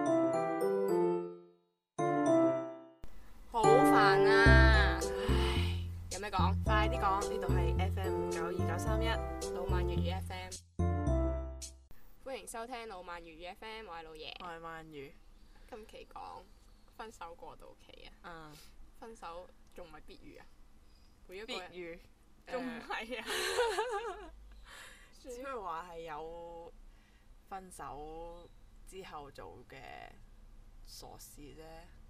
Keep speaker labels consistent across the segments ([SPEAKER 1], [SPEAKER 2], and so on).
[SPEAKER 1] 啊講
[SPEAKER 2] 快啲講，呢度係 FM 九二九三一，
[SPEAKER 1] 老萬粵語 FM，歡迎收聽老萬粵語 FM，我係老爺。
[SPEAKER 2] 我係萬語。
[SPEAKER 1] 今期講分手過渡期啊，
[SPEAKER 2] 嗯，
[SPEAKER 1] 分手仲唔係必遇啊？每一個
[SPEAKER 2] 別
[SPEAKER 1] 人
[SPEAKER 2] 語
[SPEAKER 1] 仲 唔係啊？
[SPEAKER 2] 只會話係有分手之後做嘅傻事啫。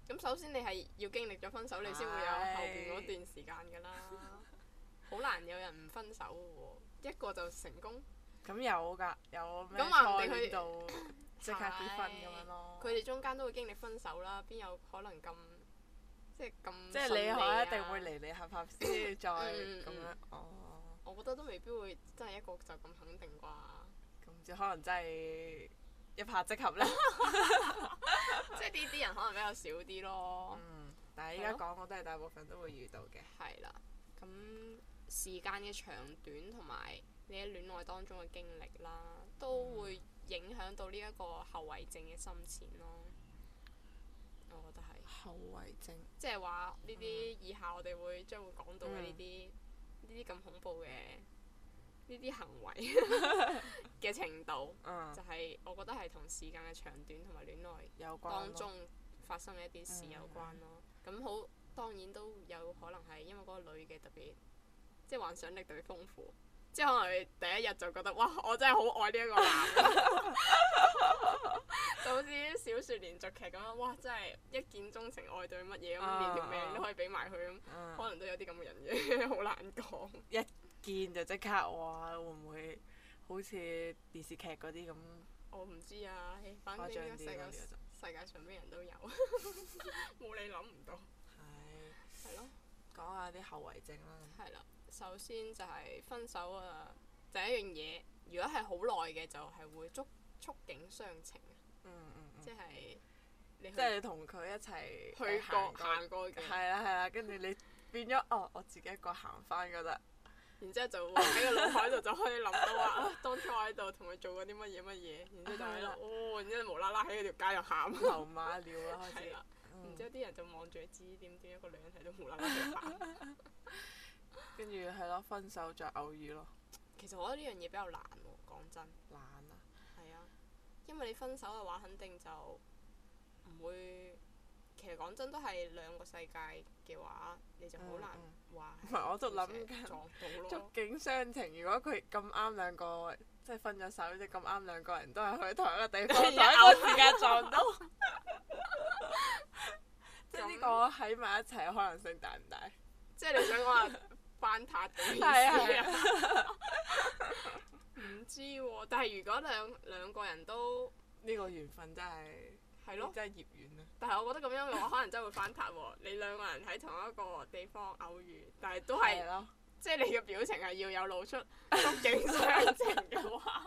[SPEAKER 1] 咁首先你係要經歷咗分手，你先會有後邊嗰段時間㗎啦。好難有人唔分手嘅喎，一個就成功，
[SPEAKER 2] 咁有㗎，有咩
[SPEAKER 1] 咁話唔
[SPEAKER 2] 初
[SPEAKER 1] 定佢
[SPEAKER 2] 戀 到即刻結婚咁樣咯。
[SPEAKER 1] 佢哋中間都會經歷分手啦，邊有可能咁即係咁啊
[SPEAKER 2] 即
[SPEAKER 1] 係
[SPEAKER 2] 係你
[SPEAKER 1] 可
[SPEAKER 2] 可一定會離離合合先再
[SPEAKER 1] 嗯嗯
[SPEAKER 2] 咁樣哦。
[SPEAKER 1] 我覺得都未必會真係一個就咁肯定 啩，
[SPEAKER 2] 咁唔知可能真係一拍即合啦。
[SPEAKER 1] 即係呢啲人可能比較少啲咯。
[SPEAKER 2] 嗯，但係依家
[SPEAKER 1] 係咯
[SPEAKER 2] 講我都係大部分都會遇到嘅。
[SPEAKER 1] 係啦，咁時間嘅長短同埋你喺戀愛當中嘅經歷啦，
[SPEAKER 2] 嗯
[SPEAKER 1] 都會影響到呢一個後遺症嘅深淺咯。我覺得係，
[SPEAKER 2] 後遺症。
[SPEAKER 1] 即係話呢啲以下我哋會將會講到嘅呢啲呢啲咁恐怖嘅呢啲行為嘅程度，
[SPEAKER 2] 嗯
[SPEAKER 1] 就，係我覺得係同時間嘅長短同埋戀愛。
[SPEAKER 2] 有關
[SPEAKER 1] 當
[SPEAKER 2] 當
[SPEAKER 1] 中發生嘅一啲事有關咯。咁好當然都有可能係因為嗰個女嘅特別，即係幻想力特別豐富，即係可能佢第一日就覺得哇，我真係好愛呢一個男， 就好似啲小説連續劇咁樣，哇！真係一見鍾情愛對乜嘢咁，連
[SPEAKER 2] 啊
[SPEAKER 1] 條命都可以俾埋佢咁，
[SPEAKER 2] 嗯
[SPEAKER 1] 可能都有啲咁嘅人嘅，好難講。
[SPEAKER 2] 見就即刻哇，會唔會好似電視劇嗰啲咁？
[SPEAKER 1] 我唔知啊，唉反正呢個世
[SPEAKER 2] 誇張啲啊
[SPEAKER 1] 界
[SPEAKER 2] 咯呢個就
[SPEAKER 1] 世界上咩人 都有，冇你諗唔到，
[SPEAKER 2] 係
[SPEAKER 1] 係咯。
[SPEAKER 2] 講下啲後遺症啦。
[SPEAKER 1] 係啦，首先就係分手啊，第一樣嘢，如果係好耐嘅，就係會觸觸景傷情啊，
[SPEAKER 2] 嗯嗯嗯
[SPEAKER 1] 即係你
[SPEAKER 2] 即係你同佢一齊
[SPEAKER 1] 去去過
[SPEAKER 2] 行
[SPEAKER 1] 行過嘅，
[SPEAKER 2] 係啦係啦，跟住你變咗哦，我自己一個行翻覺 得，
[SPEAKER 1] 然之後就會喺個腦海度就可以諗到話， 啊當初我喺度同佢做過啲乜嘢乜嘢，然之後就喺度，哦，然之後無啦啦喺嗰條街度喊，
[SPEAKER 2] 流馬尿啦開
[SPEAKER 1] 係
[SPEAKER 2] 始
[SPEAKER 1] 啦。，
[SPEAKER 2] 嗯
[SPEAKER 1] 然之後啲人就望住佢指點點一個女人喺度無啦啦喺度喊，
[SPEAKER 2] 跟住係咯，分手再偶遇咯，
[SPEAKER 1] 其實我覺得呢樣嘢比較難喎，講真。
[SPEAKER 2] 懶啊，
[SPEAKER 1] 係啊，因為你分手嘅話，肯定就唔會。其實講真，都係兩個世界嘅話，你就好難
[SPEAKER 2] 嗯
[SPEAKER 1] 話係
[SPEAKER 2] 唔係我就諗緊
[SPEAKER 1] 撞到
[SPEAKER 2] 哦 觸
[SPEAKER 1] 咯。
[SPEAKER 2] 景傷情。如果佢咁啱兩個即係分咗手，即係咁啱兩個人都係去同一個 地方，同一個時間撞到，即係呢個喺埋一齊可能性大唔大？
[SPEAKER 1] 即係你想講話翻塔嘅意思
[SPEAKER 2] 係
[SPEAKER 1] 啊？ 唔知喎，但係如果兩兩個人都
[SPEAKER 2] 呢個緣分真係
[SPEAKER 1] 係咯，
[SPEAKER 2] 真係孽緣啊！
[SPEAKER 1] 但係我覺得咁樣嘅話，可能真係會翻塔喎。你兩個人喺同一個地方偶遇，但係都係
[SPEAKER 2] 咯，
[SPEAKER 1] 即係你嘅表情係要有露出觸景傷情嘅 話，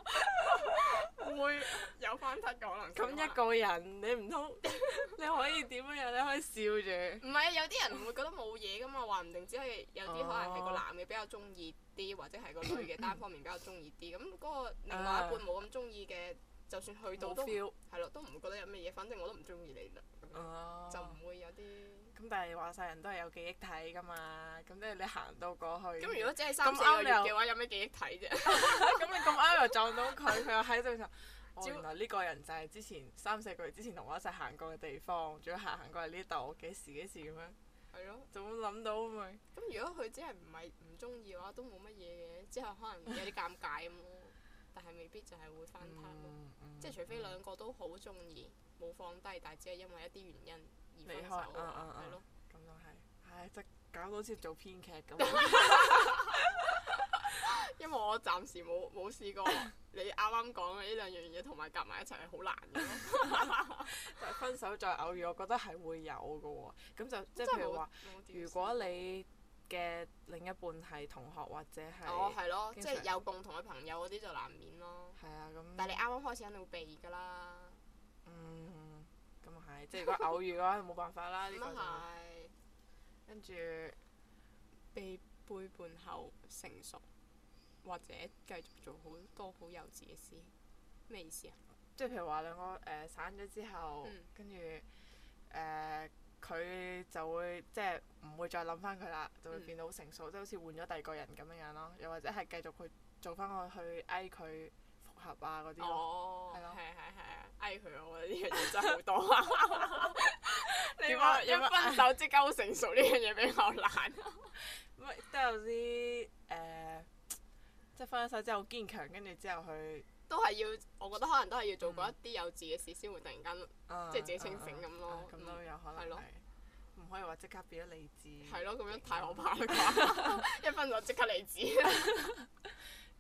[SPEAKER 1] 會有翻得嘅可能性啊
[SPEAKER 2] 咁一個人你唔通 你可以點樣樣？你可以笑住。
[SPEAKER 1] 唔係有啲人會覺得冇嘢噶嘛，話唔定只係有啲可能係個男嘅比較中意啲，或者係個女嘅單方面比較中意啲。咁嗰個另外一半冇咁中意嘅，就算去到
[SPEAKER 2] 冇
[SPEAKER 1] 都
[SPEAKER 2] feel
[SPEAKER 1] 係咯，都唔會覺得有咩嘢。反正我都唔中意你啦，
[SPEAKER 2] 哦
[SPEAKER 1] 就唔會有啲。
[SPEAKER 2] 咁但係話晒人都係有記憶體噶嘛，咁即係你行到過去。
[SPEAKER 1] 咁如果只係三
[SPEAKER 2] 咁
[SPEAKER 1] 四個月
[SPEAKER 2] 啱你
[SPEAKER 1] 嘅
[SPEAKER 2] 又
[SPEAKER 1] 話，有咩記憶睇啫？
[SPEAKER 2] 咁你咁啱又撞到佢，佢又 喺度就，哦
[SPEAKER 1] 招
[SPEAKER 2] 原來呢個人就係之前三四個月之前同我一齊行過嘅地方，仲要行行過嚟呢度，幾時幾時咁樣，
[SPEAKER 1] 係咯。
[SPEAKER 2] 就會諗到咪？
[SPEAKER 1] 咁如果佢只係唔係唔中意嘅話，都冇乜嘢嘅，之後可能有啲尷尬咁 咯。但係未必就係會翻撻咯，
[SPEAKER 2] 嗯
[SPEAKER 1] 即係除非兩個都好中意，冇放低，但係只係因為一啲原因而分手
[SPEAKER 2] 離開嗯嗯
[SPEAKER 1] 啊，
[SPEAKER 2] 嗯
[SPEAKER 1] 係咯。
[SPEAKER 2] 咁就係，唉，即係搞到好似做編劇咁。
[SPEAKER 1] 因為我暫時冇冇試過 你啱啱講嘅呢兩樣嘢同埋夾埋一齊係好難嘅咯，
[SPEAKER 2] 但係分手再偶遇，我覺得係會有嘅喎。咁就 即
[SPEAKER 1] 真
[SPEAKER 2] 係
[SPEAKER 1] 係
[SPEAKER 2] 譬如
[SPEAKER 1] 冇
[SPEAKER 2] 話，
[SPEAKER 1] 冇點
[SPEAKER 2] 如
[SPEAKER 1] 試
[SPEAKER 2] 果你嘅另一半係同學或者係
[SPEAKER 1] 哦係咯，即
[SPEAKER 2] 經常
[SPEAKER 1] 係有共同嘅朋友嗰啲就難免咯。
[SPEAKER 2] 係啊咁，
[SPEAKER 1] 但係你啱啱開始肯定會避㗎啦，
[SPEAKER 2] 嗯咁啊係，即係如果偶遇嘅話，冇辦法啦。呢
[SPEAKER 1] 咁
[SPEAKER 2] 個就
[SPEAKER 1] 啊係
[SPEAKER 2] 跟住
[SPEAKER 1] 被背叛後成熟，或者繼續做好多好幼稚嘅事，咩意思啊？
[SPEAKER 2] 即係譬如話兩個誒、呃散咗之後
[SPEAKER 1] 嗯，
[SPEAKER 2] 跟住誒佢就會即係唔會再諗翻佢啦，就會
[SPEAKER 1] 嗯
[SPEAKER 2] 變到好成熟，即係好似換咗第二個人咁樣樣咯。又或者係繼續佢做翻我去嗌佢復合啊嗰啲咯。
[SPEAKER 1] 哦，
[SPEAKER 2] 係
[SPEAKER 1] 係
[SPEAKER 2] 咯
[SPEAKER 1] 係係啊，嗌佢我覺得呢樣嘢真係好多啊！ 你
[SPEAKER 2] 點
[SPEAKER 1] 話
[SPEAKER 2] 啊
[SPEAKER 1] 一
[SPEAKER 2] 點啊
[SPEAKER 1] 分 手即刻好成熟呢樣嘢比較難。
[SPEAKER 2] 唔係都有啲誒、呃即係分
[SPEAKER 1] 呃
[SPEAKER 2] 咗手之後好堅強，跟住之後去、
[SPEAKER 1] 都係要，我覺得可能都係要做過一啲幼稚嘅事，先會突然間
[SPEAKER 2] 啊
[SPEAKER 1] 即係自己清醒咁咯
[SPEAKER 2] 啊啊咁都
[SPEAKER 1] 嗯
[SPEAKER 2] 有可能
[SPEAKER 1] 係咯
[SPEAKER 2] 係。唔可以話即刻變咗理智。
[SPEAKER 1] 係咯，咁樣太可怕啦 啩！一分手即刻離子，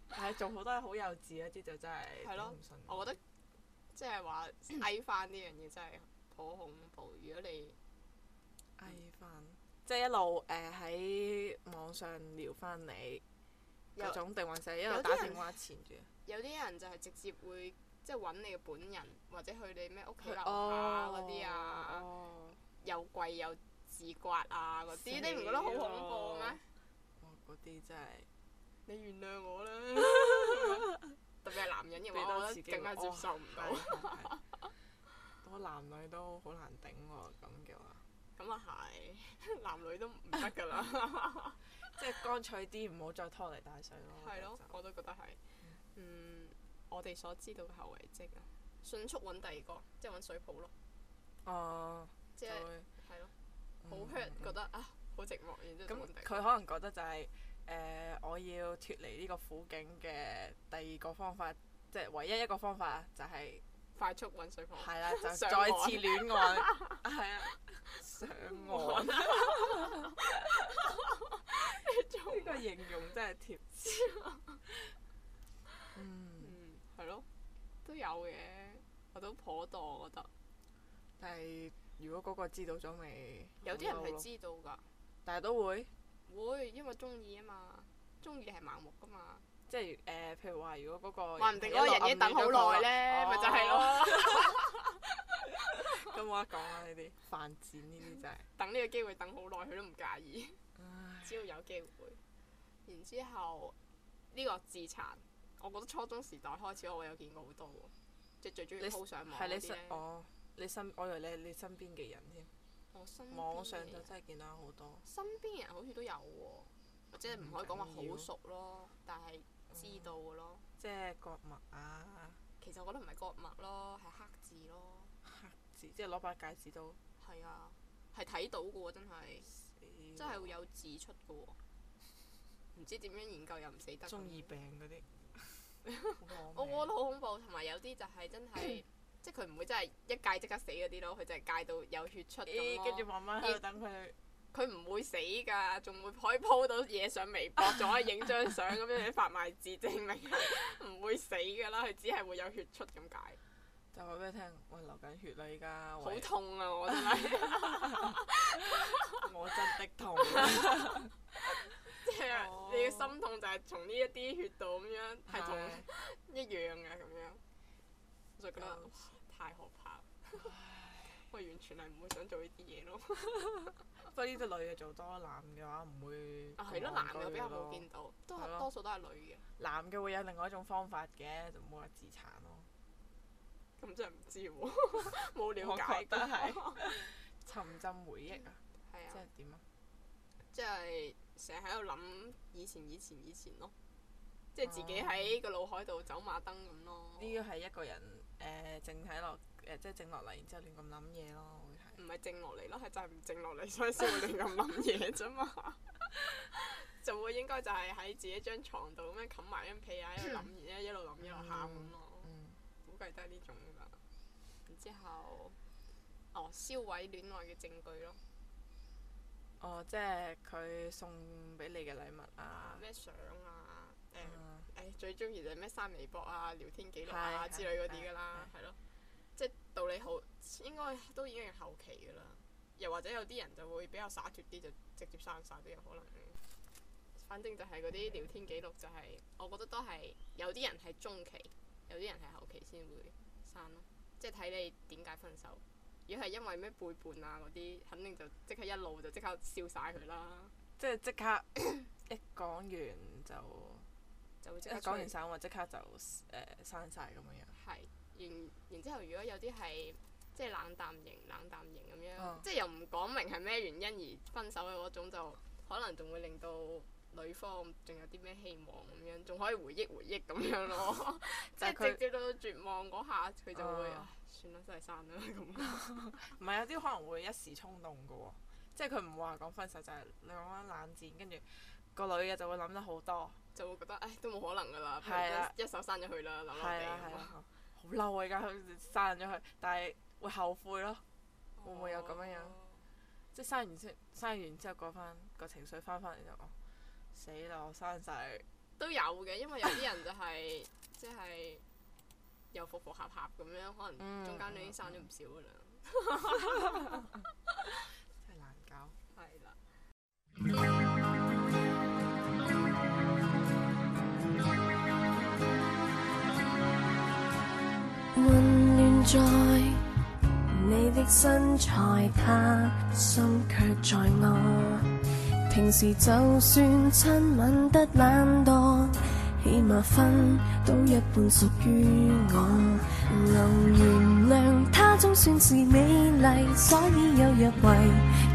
[SPEAKER 2] 係仲好多好幼稚一啲就真係
[SPEAKER 1] 係咯
[SPEAKER 2] 頂唔順
[SPEAKER 1] 我覺得即係話嗌翻呢樣嘢真係好恐怖。如果你
[SPEAKER 2] 嗌翻，即係一路誒喺、網上聊翻你
[SPEAKER 1] 有
[SPEAKER 2] 嗰種，定還是係一
[SPEAKER 1] 有
[SPEAKER 2] 路
[SPEAKER 1] 啲
[SPEAKER 2] 打
[SPEAKER 1] 人
[SPEAKER 2] 電話纏住？
[SPEAKER 1] 有啲人就係直接會即係揾你嘅本人，或者去你咩屋企樓下嗰
[SPEAKER 2] 哦
[SPEAKER 1] 啲啊，
[SPEAKER 2] 哦
[SPEAKER 1] 又貴又自刮啊嗰啲，你唔覺得好恐怖咩？
[SPEAKER 2] 哇！哦嗰啲真係
[SPEAKER 1] 你原諒我啦！ 特別係男人嘅
[SPEAKER 2] 俾
[SPEAKER 1] 話，
[SPEAKER 2] 多
[SPEAKER 1] 我覺
[SPEAKER 2] 次機
[SPEAKER 1] 得
[SPEAKER 2] 會哦
[SPEAKER 1] 更加接受唔到。
[SPEAKER 2] 係係係我男女 都好難頂喎，咁嘅話，
[SPEAKER 1] 咁啊係， 男女都唔得㗎 啦。
[SPEAKER 2] 即係乾脆啲，唔好再拖泥帶水咯。
[SPEAKER 1] 係咯，我都覺得係。嗯，我哋所知道嘅後遺症啊，迅速揾第二個，即係揾水泡咯，
[SPEAKER 2] 就哦，
[SPEAKER 1] 即
[SPEAKER 2] 就
[SPEAKER 1] 係
[SPEAKER 2] 會
[SPEAKER 1] 係咯，
[SPEAKER 2] 嗯
[SPEAKER 1] 好
[SPEAKER 2] 嗯
[SPEAKER 1] hurt，
[SPEAKER 2] 嗯
[SPEAKER 1] 覺得啊好寂寞，然之後就
[SPEAKER 2] 咁
[SPEAKER 1] 揾第二個。
[SPEAKER 2] 佢可能覺得就係、誒、我要脱離呢個苦境嘅第二個方法，即係唯一一個方法就係
[SPEAKER 1] 快速揾水泡。
[SPEAKER 2] 係 啦，就再次
[SPEAKER 1] 上岸
[SPEAKER 2] 戀愛， 係啊，上岸呢個形容真係貼切。嗯，
[SPEAKER 1] 嗯，係咯，都有嘅，我都頗多，我覺得。
[SPEAKER 2] 但係如果嗰個知道咗咪
[SPEAKER 1] 有啲人
[SPEAKER 2] 好嬲咯
[SPEAKER 1] 係知道㗎，
[SPEAKER 2] 但係都會
[SPEAKER 1] 會因為中意啊嘛，中意係盲目㗎嘛，
[SPEAKER 2] 即係誒、譬如話如果嗰個
[SPEAKER 1] 呃話唔哦定嗰個哦人已經等好耐咧，咪就係
[SPEAKER 2] 咯，
[SPEAKER 1] 咯，
[SPEAKER 2] 咁冇得講啦呢啲犯賤呢啲真係，
[SPEAKER 1] 等呢個機會等好耐，佢都唔介意。
[SPEAKER 2] 唉
[SPEAKER 1] 只要有機會。然之後呢、個自殘，我覺得初中時代開始我有見過好多喎，即係最中意
[SPEAKER 2] 你
[SPEAKER 1] po 上網
[SPEAKER 2] 係
[SPEAKER 1] 嗰
[SPEAKER 2] 你
[SPEAKER 1] 啲
[SPEAKER 2] 身
[SPEAKER 1] 咧。
[SPEAKER 2] 哦，你身我以為你係你身邊嘅人添，
[SPEAKER 1] 我身嗯邊
[SPEAKER 2] 網上
[SPEAKER 1] 哦嘅
[SPEAKER 2] 就
[SPEAKER 1] 人
[SPEAKER 2] 真係見到好多。
[SPEAKER 1] 身邊人好似都有喎，或者唔可以講話好熟咯，但係知道嘅咯。
[SPEAKER 2] 即係割脈啊，
[SPEAKER 1] 其實我覺得唔係割脈咯，係黑字咯，
[SPEAKER 2] 即係攞把戒指都
[SPEAKER 1] 係啊，係睇到嘅喎，真係真係會有字出嘅喎，唔知點樣研究又唔死得咁。
[SPEAKER 2] 中二病嗰啲。
[SPEAKER 1] 我 覺得好恐怖，同埋有啲就係真 係，即係佢唔會真係一戒即刻死嗰啲咯，佢就係戒到有血出咁
[SPEAKER 2] 咦，跟住
[SPEAKER 1] 咯
[SPEAKER 2] 慢慢喺度等佢，
[SPEAKER 1] 佢唔會死㗎，仲會可以 po 到嘢上微博，仲可以影張相咁樣發埋字證明 唔會死㗎啦，佢只係會有血出咁解。
[SPEAKER 2] 就話俾佢聽，我流緊血啦依家，
[SPEAKER 1] 好
[SPEAKER 2] 哦喂
[SPEAKER 1] 痛啊！我真係，
[SPEAKER 2] 我真的痛。 啊
[SPEAKER 1] 即係
[SPEAKER 2] 哦
[SPEAKER 1] 你嘅心痛就係從呢一啲血度咁樣 係同
[SPEAKER 2] 唉
[SPEAKER 1] 一樣嘅咁樣，我就覺得
[SPEAKER 2] 唉
[SPEAKER 1] 哇太可怕。 我完全係唔會想做呢啲嘢咯。
[SPEAKER 2] 不過呢啲女嘅做多，男嘅話唔會。
[SPEAKER 1] 啊，係咯，男嘅我比較冇見。到，都
[SPEAKER 2] 係咯
[SPEAKER 1] 多數都係女嘅，
[SPEAKER 2] 男嘅會有另外一種方法嘅，就冇話自殘咯。
[SPEAKER 1] 咁真係唔知喎， 冇
[SPEAKER 2] 我
[SPEAKER 1] 了
[SPEAKER 2] 覺
[SPEAKER 1] 解
[SPEAKER 2] 得
[SPEAKER 1] 過。
[SPEAKER 2] 係沉浸回憶啊，
[SPEAKER 1] 係
[SPEAKER 2] 即
[SPEAKER 1] 啊
[SPEAKER 2] 係，點啊？
[SPEAKER 1] 即係成日喺度諗以前、以前、以前咯，即係自己喺個腦海度走馬燈咁咯。
[SPEAKER 2] 哦呢個係一個人誒靜睇落誒，即係靜落嚟，然之後亂咁諗嘢咯，會係。
[SPEAKER 1] 唔係靜落嚟咯，係就係唔靜落嚟，所以先會亂咁諗嘢啫嘛。 就會應該就係喺自己張床度咁樣冚埋張被啊，一路諗嘢，一路諗一路喊咁咯。
[SPEAKER 2] 嗯，
[SPEAKER 1] 估計都係呢種㗎啦。然之後，哦，燒毀戀愛嘅證據咯。
[SPEAKER 2] 哦，即係佢送俾你嘅禮物
[SPEAKER 1] 啊
[SPEAKER 2] 啊，
[SPEAKER 1] 咩相啊，誒、
[SPEAKER 2] 嗯
[SPEAKER 1] 誒最中意就係咩刪微博啊、聊天記錄啊
[SPEAKER 2] 係
[SPEAKER 1] 之類嗰啲㗎啦，係咯，即係道理好應該都已經係後期㗎啦，又或者有啲人就會比較灑脱啲，就直接刪晒都有可能。反正就係嗰啲聊天記錄就係、我覺得都係有啲人係中期，有啲人係後期先會刪咯，即係睇你點解分手。如果係因為咩背叛啊嗰啲，肯定就即刻一路就即刻燒晒佢啦，
[SPEAKER 2] 即係即刻 一講完就
[SPEAKER 1] 就會即刻
[SPEAKER 2] 即係講
[SPEAKER 1] 吹
[SPEAKER 2] 完散話，即刻就誒刪晒咁樣樣。
[SPEAKER 1] 係，然然之後如果有啲係即係冷淡型、冷淡型咁樣，
[SPEAKER 2] 嗯
[SPEAKER 1] 即係又唔講明係咩原因而分手嘅嗰種，就可能仲會令到女方仲有啲咩希望咁樣，仲可以回憶回憶咁樣 咯。 即
[SPEAKER 2] 但係
[SPEAKER 1] 係
[SPEAKER 2] 佢
[SPEAKER 1] 直接到絕望嗰下，佢就會、
[SPEAKER 2] 啊
[SPEAKER 1] 唉算啦，真係散啦咁。
[SPEAKER 2] 唔係有啲可能會一時衝動嘅喎，即係佢唔會話講分手，就係、你講緊冷戰，跟住個女嘅就會諗得好多，
[SPEAKER 1] 就會覺得唉都冇可能㗎啦，不
[SPEAKER 2] 係啦
[SPEAKER 1] 如一一手刪咗佢啦，留落
[SPEAKER 2] 係
[SPEAKER 1] 地
[SPEAKER 2] 啦
[SPEAKER 1] 咁
[SPEAKER 2] 係啦
[SPEAKER 1] 啊。，
[SPEAKER 2] 好嬲啊！而家佢刪咗佢，但係會後悔咯，會唔會有咁樣樣
[SPEAKER 1] 哦
[SPEAKER 2] 即係刪完之刪完之後嗰翻個情緒翻返嚟就哦死啦！我刪晒佢，
[SPEAKER 1] 都有嘅，因為有啲人就係、即係又復復合合咁樣，可能
[SPEAKER 2] 嗯
[SPEAKER 1] 中間你已經生咗唔少㗎啦。
[SPEAKER 2] 真係難搞。
[SPEAKER 1] 係啦，
[SPEAKER 3] 混亂在你的身材，他心卻在我。平時就算親吻得懶惰，起碼分到一半屬於我。能原諒他總算是美麗，所以有入圍。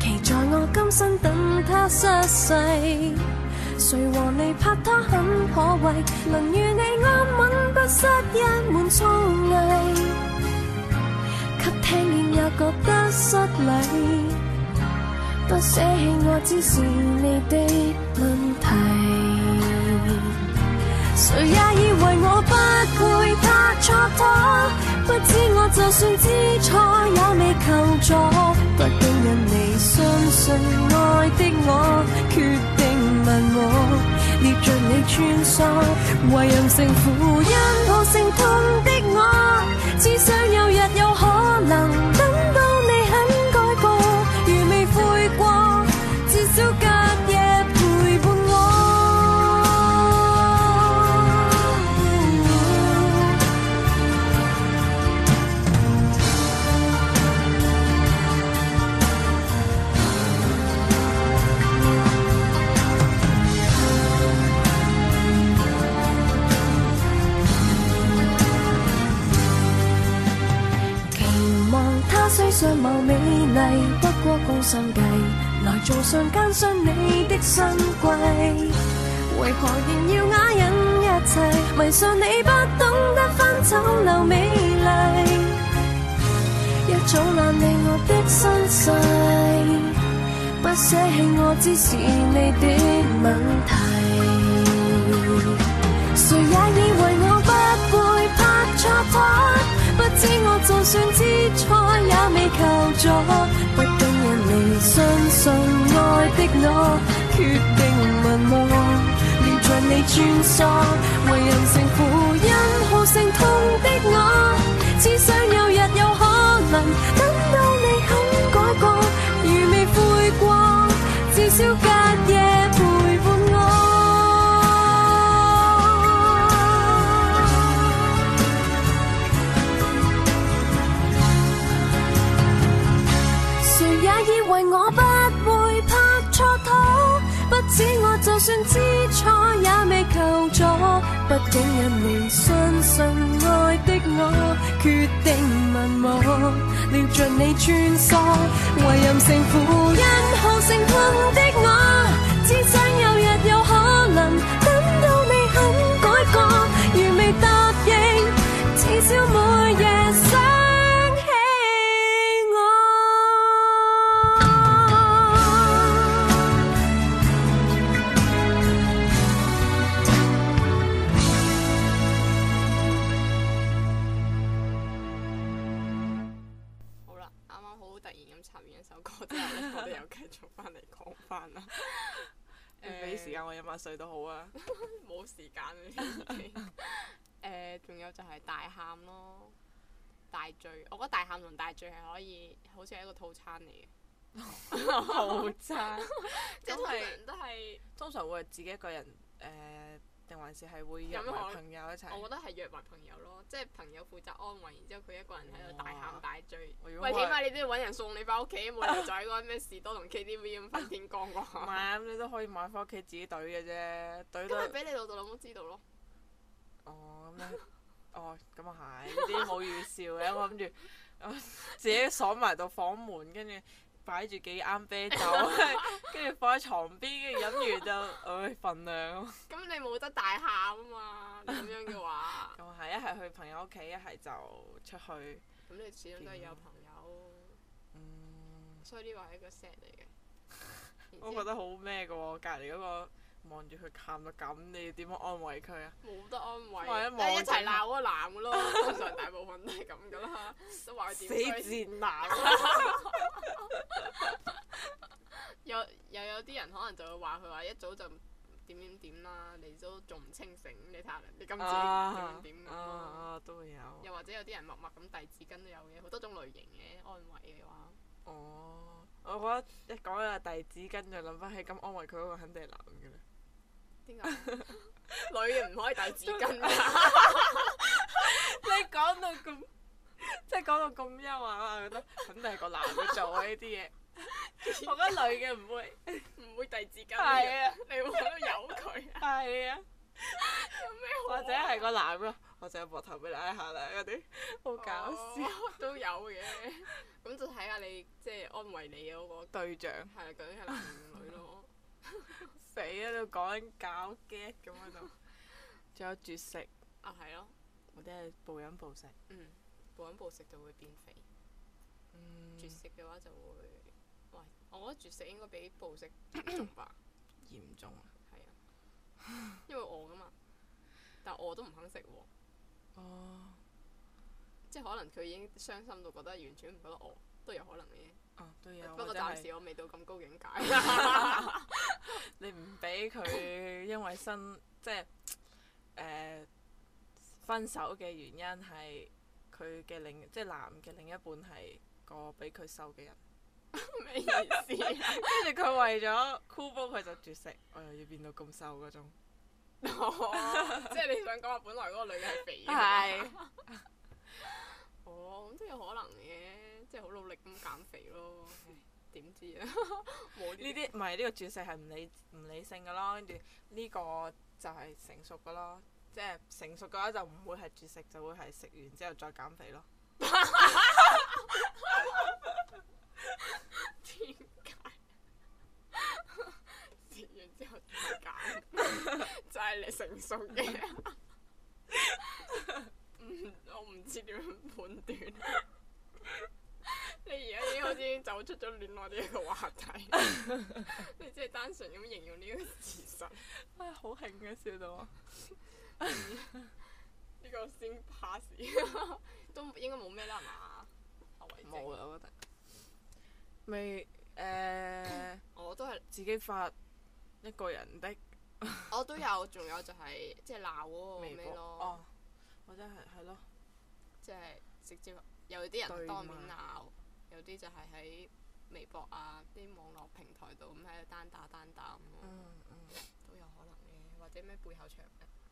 [SPEAKER 3] 期在我今生等他失勢。誰和你拍拖很可畏，能與你安穩不失一門操藝，給聽見也覺得失禮。不捨棄我只是你的問題，誰也以為我不配他蹉跎，不知我就算知錯也未求助，不竟因你相信愛的我，決定問我，捏着你穿梭，為人成負因抱成痛的我，只想有日有可能等到你肯改過，如未悔過，至少隔夜陪伴我。期望他雖相貌美麗，不過高心計，來做上艱辛你的新貴。為何仍要啞忍一切？迷上你不懂得分醜陋美麗，一早懶理我的身世，不捨棄我只是你的問題。誰也以為我不會拍錯拖，不知我就算知錯也未求助，不經人你相信愛的我，決定問我，連着你穿梭，為人成負因好勝痛的我，只想有日有可能等到你肯改過，如未悔過，至少隔夜陪伴我。誰也以為我不會拍錯拖，不止我就算知錯也未求助，畢竟因你相信愛的我，決定問我，撩着你穿梭，為任性負因好勝困的我，只想有日有可能等到你肯改過，如未答應，至少每夜想起我。
[SPEAKER 1] 好啦，啱啱好突然咁插完一首歌之後咧， 我哋又繼續翻嚟講翻啦。
[SPEAKER 2] 你俾時間我飲下水都好啊。
[SPEAKER 1] 冇時間啦，已經誒，仲有就係大喊咯，大醉。我覺得大喊同大醉係可以，好似係一個套餐嚟嘅，
[SPEAKER 2] 好差。
[SPEAKER 1] 即係
[SPEAKER 2] 都
[SPEAKER 1] 通
[SPEAKER 2] 係
[SPEAKER 1] 常都係，
[SPEAKER 2] 通常會係自己一個人誒，定、還是係會約
[SPEAKER 1] 飲
[SPEAKER 2] 埋
[SPEAKER 1] 開
[SPEAKER 2] 朋友一齊？
[SPEAKER 1] 我覺得係約埋朋友咯，即係朋友負責安慰，然之後佢一個人喺度大喊
[SPEAKER 2] 哇
[SPEAKER 1] 大醉。
[SPEAKER 2] 哦我如果
[SPEAKER 1] 喂，起
[SPEAKER 2] 話
[SPEAKER 1] 碼你都要揾人送你翻屋企，冇理由就喺嗰間咩士多同 KTV 咁分天光
[SPEAKER 2] 唔係
[SPEAKER 1] 啩。
[SPEAKER 2] 啊咁，你都可以買翻屋企自己隊嘅啫，隊
[SPEAKER 1] 咁咪
[SPEAKER 2] 到
[SPEAKER 1] 俾你老豆老母知道咯。
[SPEAKER 2] 哦咁樣，哦咁啊係，呢啲冇預兆嘅，我諗住自己鎖埋到房門，跟住擺住幾啱啤酒， 跟住放喺床邊，跟住飲完就唉瞓涼。
[SPEAKER 1] 咁你冇得大喊啊嘛，咁樣嘅 話，
[SPEAKER 2] 咁係一係去朋友屋企，一係就出去。
[SPEAKER 1] 咁你始終都係有朋友，所以呢個係一個 set 嚟嘅。然之後
[SPEAKER 2] 嗯我覺得好咩嘅喎，隔離嗰個望住佢喊到咁，你要點樣安慰佢啊？
[SPEAKER 1] 冇得安慰，即係
[SPEAKER 2] 或者網
[SPEAKER 1] 一齊
[SPEAKER 2] 上
[SPEAKER 1] 鬧嗰個男嘅 咯。通常大部分都係咁噶啦，都話佢
[SPEAKER 2] 死
[SPEAKER 1] 點衰。
[SPEAKER 2] 賤 男！
[SPEAKER 1] 有又有啲人可能就會話佢話一早就點點點啦，你都仲唔清醒，你睇下你今次
[SPEAKER 2] 啊
[SPEAKER 1] 點點點咁
[SPEAKER 2] 啊
[SPEAKER 1] 咯。
[SPEAKER 2] 啊都會有。
[SPEAKER 1] 又或者有啲人默默咁遞紙巾都有嘅，好多種類型嘅安慰嘅話，
[SPEAKER 2] 哦，我覺得一講啊遞紙巾就諗翻起咁哦安慰佢嗰個肯定係男嘅啦。
[SPEAKER 1] 點解 女嘅唔可以遞紙巾㗎？
[SPEAKER 2] 你講到咁， 即係講到咁優雅，我覺 得肯定係個男嘅做啊呢 啲嘢。我覺得女嘅唔會。
[SPEAKER 1] 唔會遞紙巾
[SPEAKER 2] 係
[SPEAKER 1] 嘅
[SPEAKER 2] 啊，
[SPEAKER 1] 你會喺度由佢啊？
[SPEAKER 2] 係啊，
[SPEAKER 1] 有咩好啊
[SPEAKER 2] 或者係個男嘅，我就膊頭俾你拉下啦嗰啲，好搞笑。
[SPEAKER 1] 哦都有嘅，咁就睇下你即係安慰你嗰個
[SPEAKER 2] 對象
[SPEAKER 1] 係啦，究竟係男定女 咯？
[SPEAKER 2] 死喺度講緊搞 get 咁喺度，仲有絕食，
[SPEAKER 1] 啊係咯，
[SPEAKER 2] 或者係暴飲暴食。
[SPEAKER 1] 嗯，暴飲暴食就會變肥，
[SPEAKER 2] 嗯
[SPEAKER 1] 絕食嘅話就會，喂，我覺得絕食應該比暴食嚴重吧，
[SPEAKER 2] 嚴重啊！
[SPEAKER 1] 係啊，因為餓噶嘛，但餓都唔肯食喎，
[SPEAKER 2] 哦，
[SPEAKER 1] 即係可能佢已經傷心到覺得完全唔覺得餓，都有可能嘅，
[SPEAKER 2] 啊都有。
[SPEAKER 1] 不
[SPEAKER 2] 或
[SPEAKER 1] 過
[SPEAKER 2] 者
[SPEAKER 1] 暫
[SPEAKER 2] 係
[SPEAKER 1] 時我未到咁高境 界，
[SPEAKER 2] 你唔俾 佢因為新即係誒、呃分手嘅原因係佢嘅另即係男嘅另一半係個比佢瘦 嘅人，
[SPEAKER 1] 咩意思啊？
[SPEAKER 2] 跟住佢為咗箍煲佢就絕食，我又要變到咁瘦嗰種。
[SPEAKER 1] 哦 即係你想講話，本來嗰個女嘅係肥嘅。
[SPEAKER 2] 係。
[SPEAKER 1] 哦，咁都有可能嘅，即係好努力咁減肥咯。唉點知啊？ 冇
[SPEAKER 2] 呢
[SPEAKER 1] 呢啲
[SPEAKER 2] 啲唔係呢個絕食係唔理唔理性嘅咯，跟住呢個就係成熟嘅咯，即係成熟嘅話就唔會係絕食，就會係食完之後再減肥咯。
[SPEAKER 1] 點解？食完之後再減，就係你成熟嘅。嗯，我唔知點樣判斷。你而家已經好似已經走出咗戀愛呢一個話題，你只係單純咁形容呢個事實。
[SPEAKER 2] 唉，哎好興嘅笑到我。
[SPEAKER 1] 呢個先 pass，都應該冇咩啦係嘛？後遺症
[SPEAKER 2] 冇啊啦，我覺得。咪誒，
[SPEAKER 1] 我都係，
[SPEAKER 2] 自己發一個人的
[SPEAKER 1] 我都有，仲有就係即係鬧嗰個
[SPEAKER 2] 微
[SPEAKER 1] 咩
[SPEAKER 2] 博，
[SPEAKER 1] 咯，
[SPEAKER 2] 哦，或者係係咯，
[SPEAKER 1] 即係直接有啲人
[SPEAKER 2] 對
[SPEAKER 1] 當面鬧
[SPEAKER 2] 罵，
[SPEAKER 1] 有啲就係喺微博啊啲網絡平台度咁喺度單打單打咁咯，
[SPEAKER 2] 嗯嗯，
[SPEAKER 1] 都有可能嘅，或者咩背後唱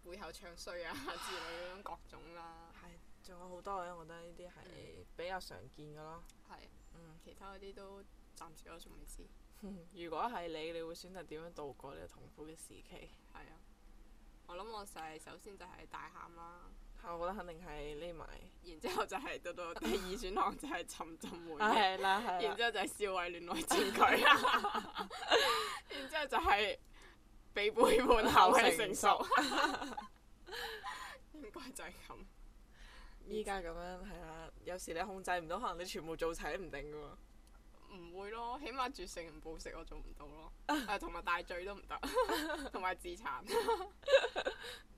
[SPEAKER 1] 背後唱衰 啊之類咁各種啦，
[SPEAKER 2] 係，仲有好多嘅，我覺得呢啲係比較常見嘅咯。
[SPEAKER 1] 係
[SPEAKER 2] 嗯，
[SPEAKER 1] 其他嗰啲都暫時我仲未知，
[SPEAKER 2] 如果係你，你會選擇點樣度過呢個痛苦嘅時期？
[SPEAKER 1] 係啊，我諗我就係首先就係大喊啦。
[SPEAKER 2] 係我覺得肯定係匿埋。
[SPEAKER 1] 然之後就係到到第二選項就係沉浸回
[SPEAKER 2] 啊
[SPEAKER 1] 憶，
[SPEAKER 2] 係啦係
[SPEAKER 1] 然
[SPEAKER 2] 啦，
[SPEAKER 1] 之後就係少偉戀愛戰佢啦，然之後就係被背叛後係成熟，應該就係咁。
[SPEAKER 2] 依家咁樣係啦，有時你控制唔到，可能你全部做齊都唔定噶
[SPEAKER 1] 唔會咯，起碼絕食唔暴食我做唔到咯，誒同埋大醉都唔得，同埋自殘，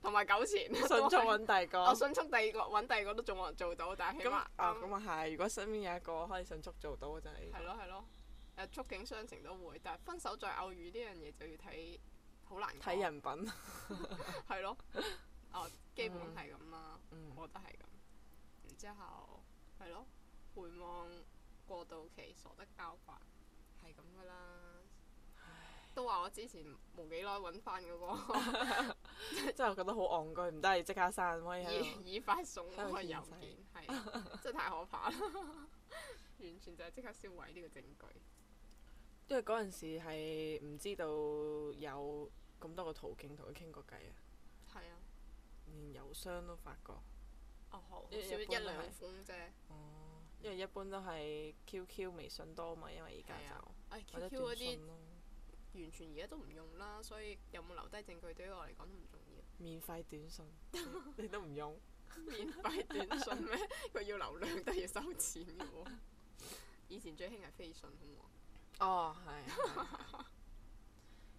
[SPEAKER 1] 同埋糾纏。
[SPEAKER 2] 喎，迅速揾第二個。
[SPEAKER 1] 我迅速第二個揾第二個都仲可能做到，但係起嗯
[SPEAKER 2] 咁
[SPEAKER 1] 碼
[SPEAKER 2] 啊咁啊係，如果身邊有一個可以迅速做到嘅就係呢個
[SPEAKER 1] 係咯係咯，誒觸景傷情都會，但係分手再偶遇呢樣嘢就要睇，好難講
[SPEAKER 2] 睇人品。
[SPEAKER 1] 係咯，哦基本係咁啦，
[SPEAKER 2] 嗯
[SPEAKER 1] 我覺得係咁。然之後係咯，回望過渡期傻得交關，係咁噶啦。都話我之前冇幾耐揾翻嗰個
[SPEAKER 2] 真係我覺得好戇居，唔得你即刻刪，可以喺度
[SPEAKER 1] 已已發送嗰個
[SPEAKER 2] 喺度獻
[SPEAKER 1] 郵
[SPEAKER 2] 世
[SPEAKER 1] 件，係啊真係太可怕啦！完全就係即刻銷毀呢個證據。
[SPEAKER 2] 因為嗰陣時係唔知道有咁多個途徑同佢傾過偈啊，
[SPEAKER 1] 係啊，
[SPEAKER 2] 連郵箱都發過。
[SPEAKER 1] 哦好，好
[SPEAKER 2] 一
[SPEAKER 1] 少
[SPEAKER 2] 一
[SPEAKER 1] 一
[SPEAKER 2] 般都
[SPEAKER 1] 兩
[SPEAKER 2] 係
[SPEAKER 1] 封啫。
[SPEAKER 2] 哦，因為一般都係 QQ、微信多嘛，因為而家
[SPEAKER 1] 係啊
[SPEAKER 2] 就
[SPEAKER 1] 唉
[SPEAKER 2] 或者
[SPEAKER 1] ，QQ 嗰
[SPEAKER 2] 短
[SPEAKER 1] 啲
[SPEAKER 2] 信咯，
[SPEAKER 1] 完全而家都唔用啦，所以有冇留低證據對於我嚟講都唔重要。
[SPEAKER 2] 免費短信 你你都唔用，
[SPEAKER 1] 免費短信咩？佢要流量都係要收錢嘅喎。以前最興係飛信，啊好唔好？
[SPEAKER 2] 哦係。係係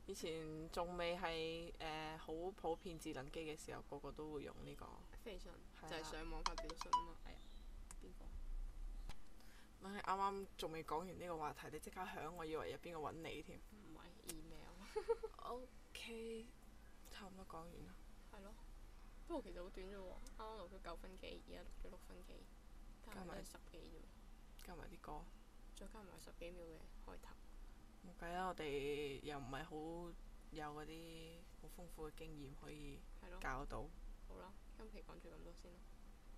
[SPEAKER 2] 以前仲未係誒好普遍智能機嘅時候，個個都會用呢、個。
[SPEAKER 1] 飛信
[SPEAKER 2] 係
[SPEAKER 1] 就係
[SPEAKER 2] 啊
[SPEAKER 1] 上網發表信啊嘛。係啊，邊個？
[SPEAKER 2] 唉，啱啱仲未講完呢個話題，你即刻響，我以為有邊個揾你添。
[SPEAKER 1] 唔係 email。啊
[SPEAKER 2] O K，差唔多講完啦。
[SPEAKER 1] 係咯。不過其實好短啫喎，啱啱錄咗九分幾，而家錄咗六分幾，加埋都係十幾啫喎，
[SPEAKER 2] 加埋啲歌，
[SPEAKER 1] 再加埋十幾秒嘅開頭。
[SPEAKER 2] 冇計啦，我哋又唔係好有嗰啲好豐富嘅經驗可以
[SPEAKER 1] 係咯，
[SPEAKER 2] 教 到。
[SPEAKER 1] 好啦，今期講住咁多先啦。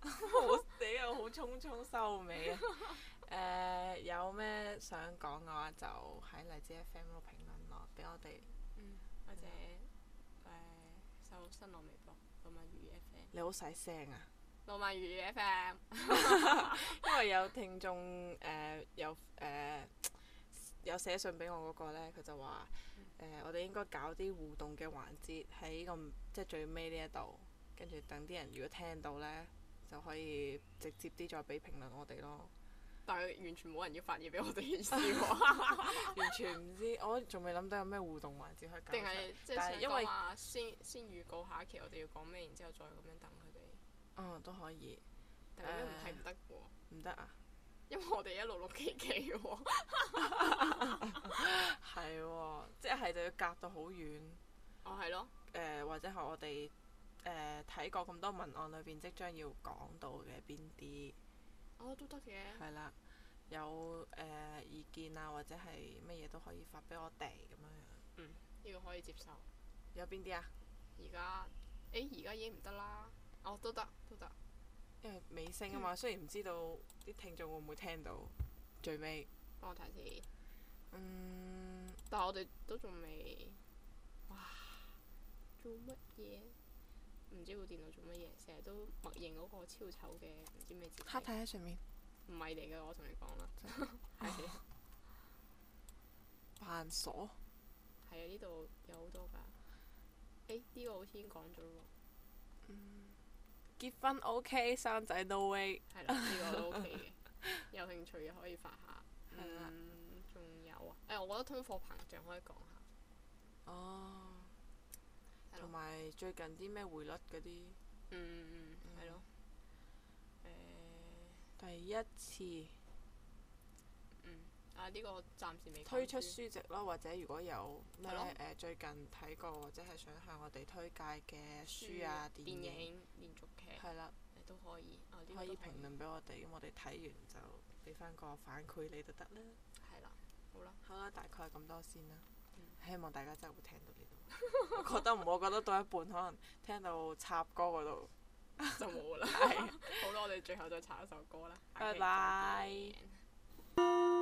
[SPEAKER 2] 好死啊！好匆匆收尾啊！ 誒、有咩想講嘅話就喺荔枝 FM 度評論咯，俾我哋。
[SPEAKER 1] 嗯，啊或者誒搜新浪微博羅馬語 FM，
[SPEAKER 2] 你好細聲啊！
[SPEAKER 1] 羅馬語 FM
[SPEAKER 2] 因為有聽眾誒、有誒、有寫信俾我嗰個咧，佢就話誒、我哋應該搞啲互動嘅環節喺個即係最尾呢一度，跟住等啲人如果聽到咧，就可以直接啲再俾評論我哋咯。
[SPEAKER 1] 但係完全冇人要發嘢俾我哋嘅意思 喎，
[SPEAKER 2] 完全唔知，我哦仲未諗到有咩互動環節可以搞出
[SPEAKER 1] 定
[SPEAKER 2] 嚟。
[SPEAKER 1] 係即係
[SPEAKER 2] 但係
[SPEAKER 1] 想
[SPEAKER 2] 因為
[SPEAKER 1] 講話先先預告下一期我哋要講咩，然之後再咁樣等佢哋，
[SPEAKER 2] 嗯，都可以，
[SPEAKER 1] 但係咁樣唔係
[SPEAKER 2] 誒
[SPEAKER 1] 唔得喎，
[SPEAKER 2] 唔得啊？
[SPEAKER 1] 因為我哋一路錄期期喎，
[SPEAKER 2] 係喎、即係就要隔到好遠。
[SPEAKER 1] 哦係咯，
[SPEAKER 2] 誒、或者係我哋誒睇過咁多文案裏邊，即將要講到嘅邊啲
[SPEAKER 1] 哦都得嘅，
[SPEAKER 2] 係啦，有誒、呃意見啊，或者係乜嘢都可以發俾我哋咁樣樣。
[SPEAKER 1] 呢個可以接受。
[SPEAKER 2] 有邊啲啊？
[SPEAKER 1] 而家誒而家已經唔得啦，哦都得都得，
[SPEAKER 2] 因為尾聲啊嘛，雖然唔知道啲聽眾會唔會聽到最尾。
[SPEAKER 1] 幫我睇先，
[SPEAKER 2] 嗯，
[SPEAKER 1] 但係我哋都仲未，哇做乜嘢？唔知部電腦做乜嘢，成日都默認嗰個超醜嘅唔知咩字體，
[SPEAKER 2] 喺上面，
[SPEAKER 1] 唔係嚟嘅，我同你講啦，係啊
[SPEAKER 2] 扮傻。
[SPEAKER 1] 係啊，呢度有好多㗎。誒呢個好似已經講咗喎，
[SPEAKER 2] 嗯結婚 OK，生仔 no way。
[SPEAKER 1] 係啦， 呢個都 OK 嘅，有興趣嘅可以發下。
[SPEAKER 2] 係啦
[SPEAKER 1] 嗯，仲有啊，誒、我覺得通貨膨脹可以講下。
[SPEAKER 2] 哦。
[SPEAKER 1] 係咯
[SPEAKER 2] 同埋最近啲咩匯率嗰啲，
[SPEAKER 1] 嗯，係咯。誒、
[SPEAKER 2] 第一次
[SPEAKER 1] 嗯，啊呢、個暫時未
[SPEAKER 2] 推
[SPEAKER 1] 講
[SPEAKER 2] 出
[SPEAKER 1] 住
[SPEAKER 2] 書籍咯，或者如果有咩
[SPEAKER 1] 係咯
[SPEAKER 2] 誒、最近睇過或者係想向我哋推介嘅書啊、電
[SPEAKER 1] 電
[SPEAKER 2] 影，
[SPEAKER 1] 影、連續劇
[SPEAKER 2] 係啦，
[SPEAKER 1] 誒都可以。啊呢、個
[SPEAKER 2] 可以
[SPEAKER 1] 都
[SPEAKER 2] 評論俾我哋，咁我哋睇完就俾翻個反饋你就得啦。
[SPEAKER 1] 係啦，好 啦，
[SPEAKER 2] 好啊啦，大概咁多先啦。
[SPEAKER 1] 嗯
[SPEAKER 2] 希望大家真係會聽到呢度。我覺得唔，我覺得到一半可能聽到插歌嗰度。
[SPEAKER 1] 就冇啦。 好啦，我哋最後再查一首歌啦。下期
[SPEAKER 2] 拜拜
[SPEAKER 1] 再見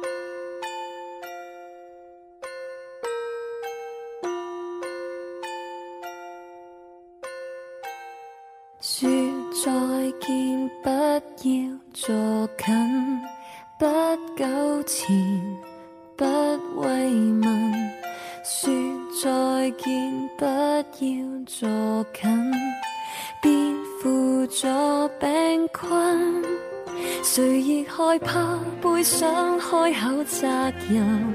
[SPEAKER 3] 说再见，不要坐近，不久前，不慰问。说再见，不要坐近，便扶助病困。谁亦害怕背上开口责任，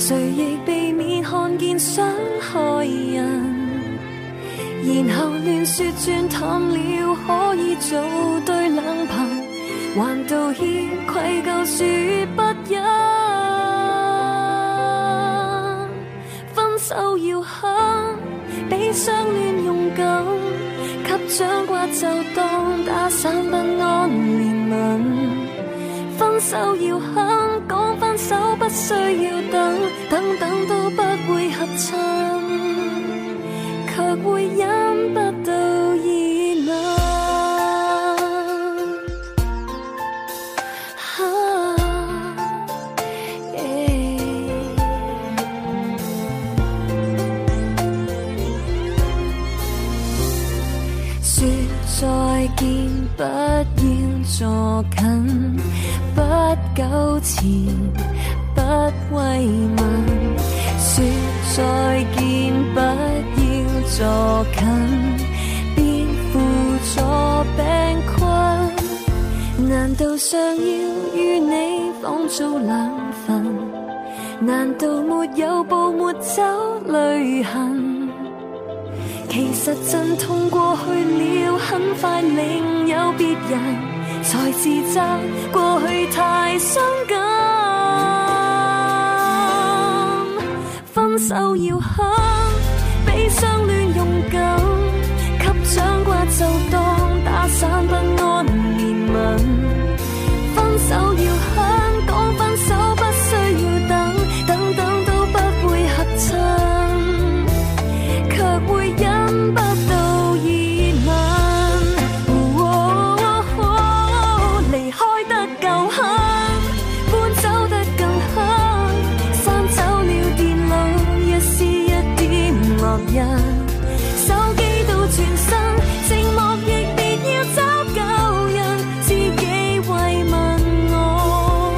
[SPEAKER 3] 谁亦避免看见伤害人。然後亂說轉淡了，可以做對冷朋，還道歉愧疚說不忍。分手要狠，比相戀勇敢，給掌摑就當打散不安憐憫。分手要狠，講分手不需要等，等等都不會合襯。卻會忍不到意冷。啊耶說再見，不不厌坐近，不糾纏，不慰問，說再見，不要坐近，便扶助病困。難道尚要與你仿做兩份？難道沒有步沒走淚痕？其實陣痛過去了，很快另有別人，才自責過去太傷感。分手要狠，比相戀勇敢，給掌摑就當打散不安憐憫。分手要狠，講分手不需要等，等等都不會嚇親。卻會忍不到疑問，離開得夠狠，搬走得更狠，刪走了電腦，一絲一點烙印，手機都轉身，寂寞亦別要找舊人，自己慰問我，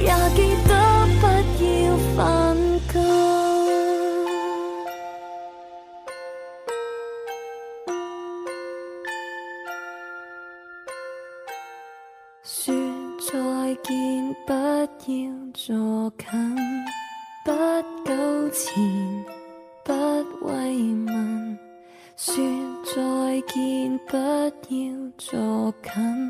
[SPEAKER 3] 也記得不要反抗。说再见，不要坐近，不纠缠，不慰問。说再見，不要坐近，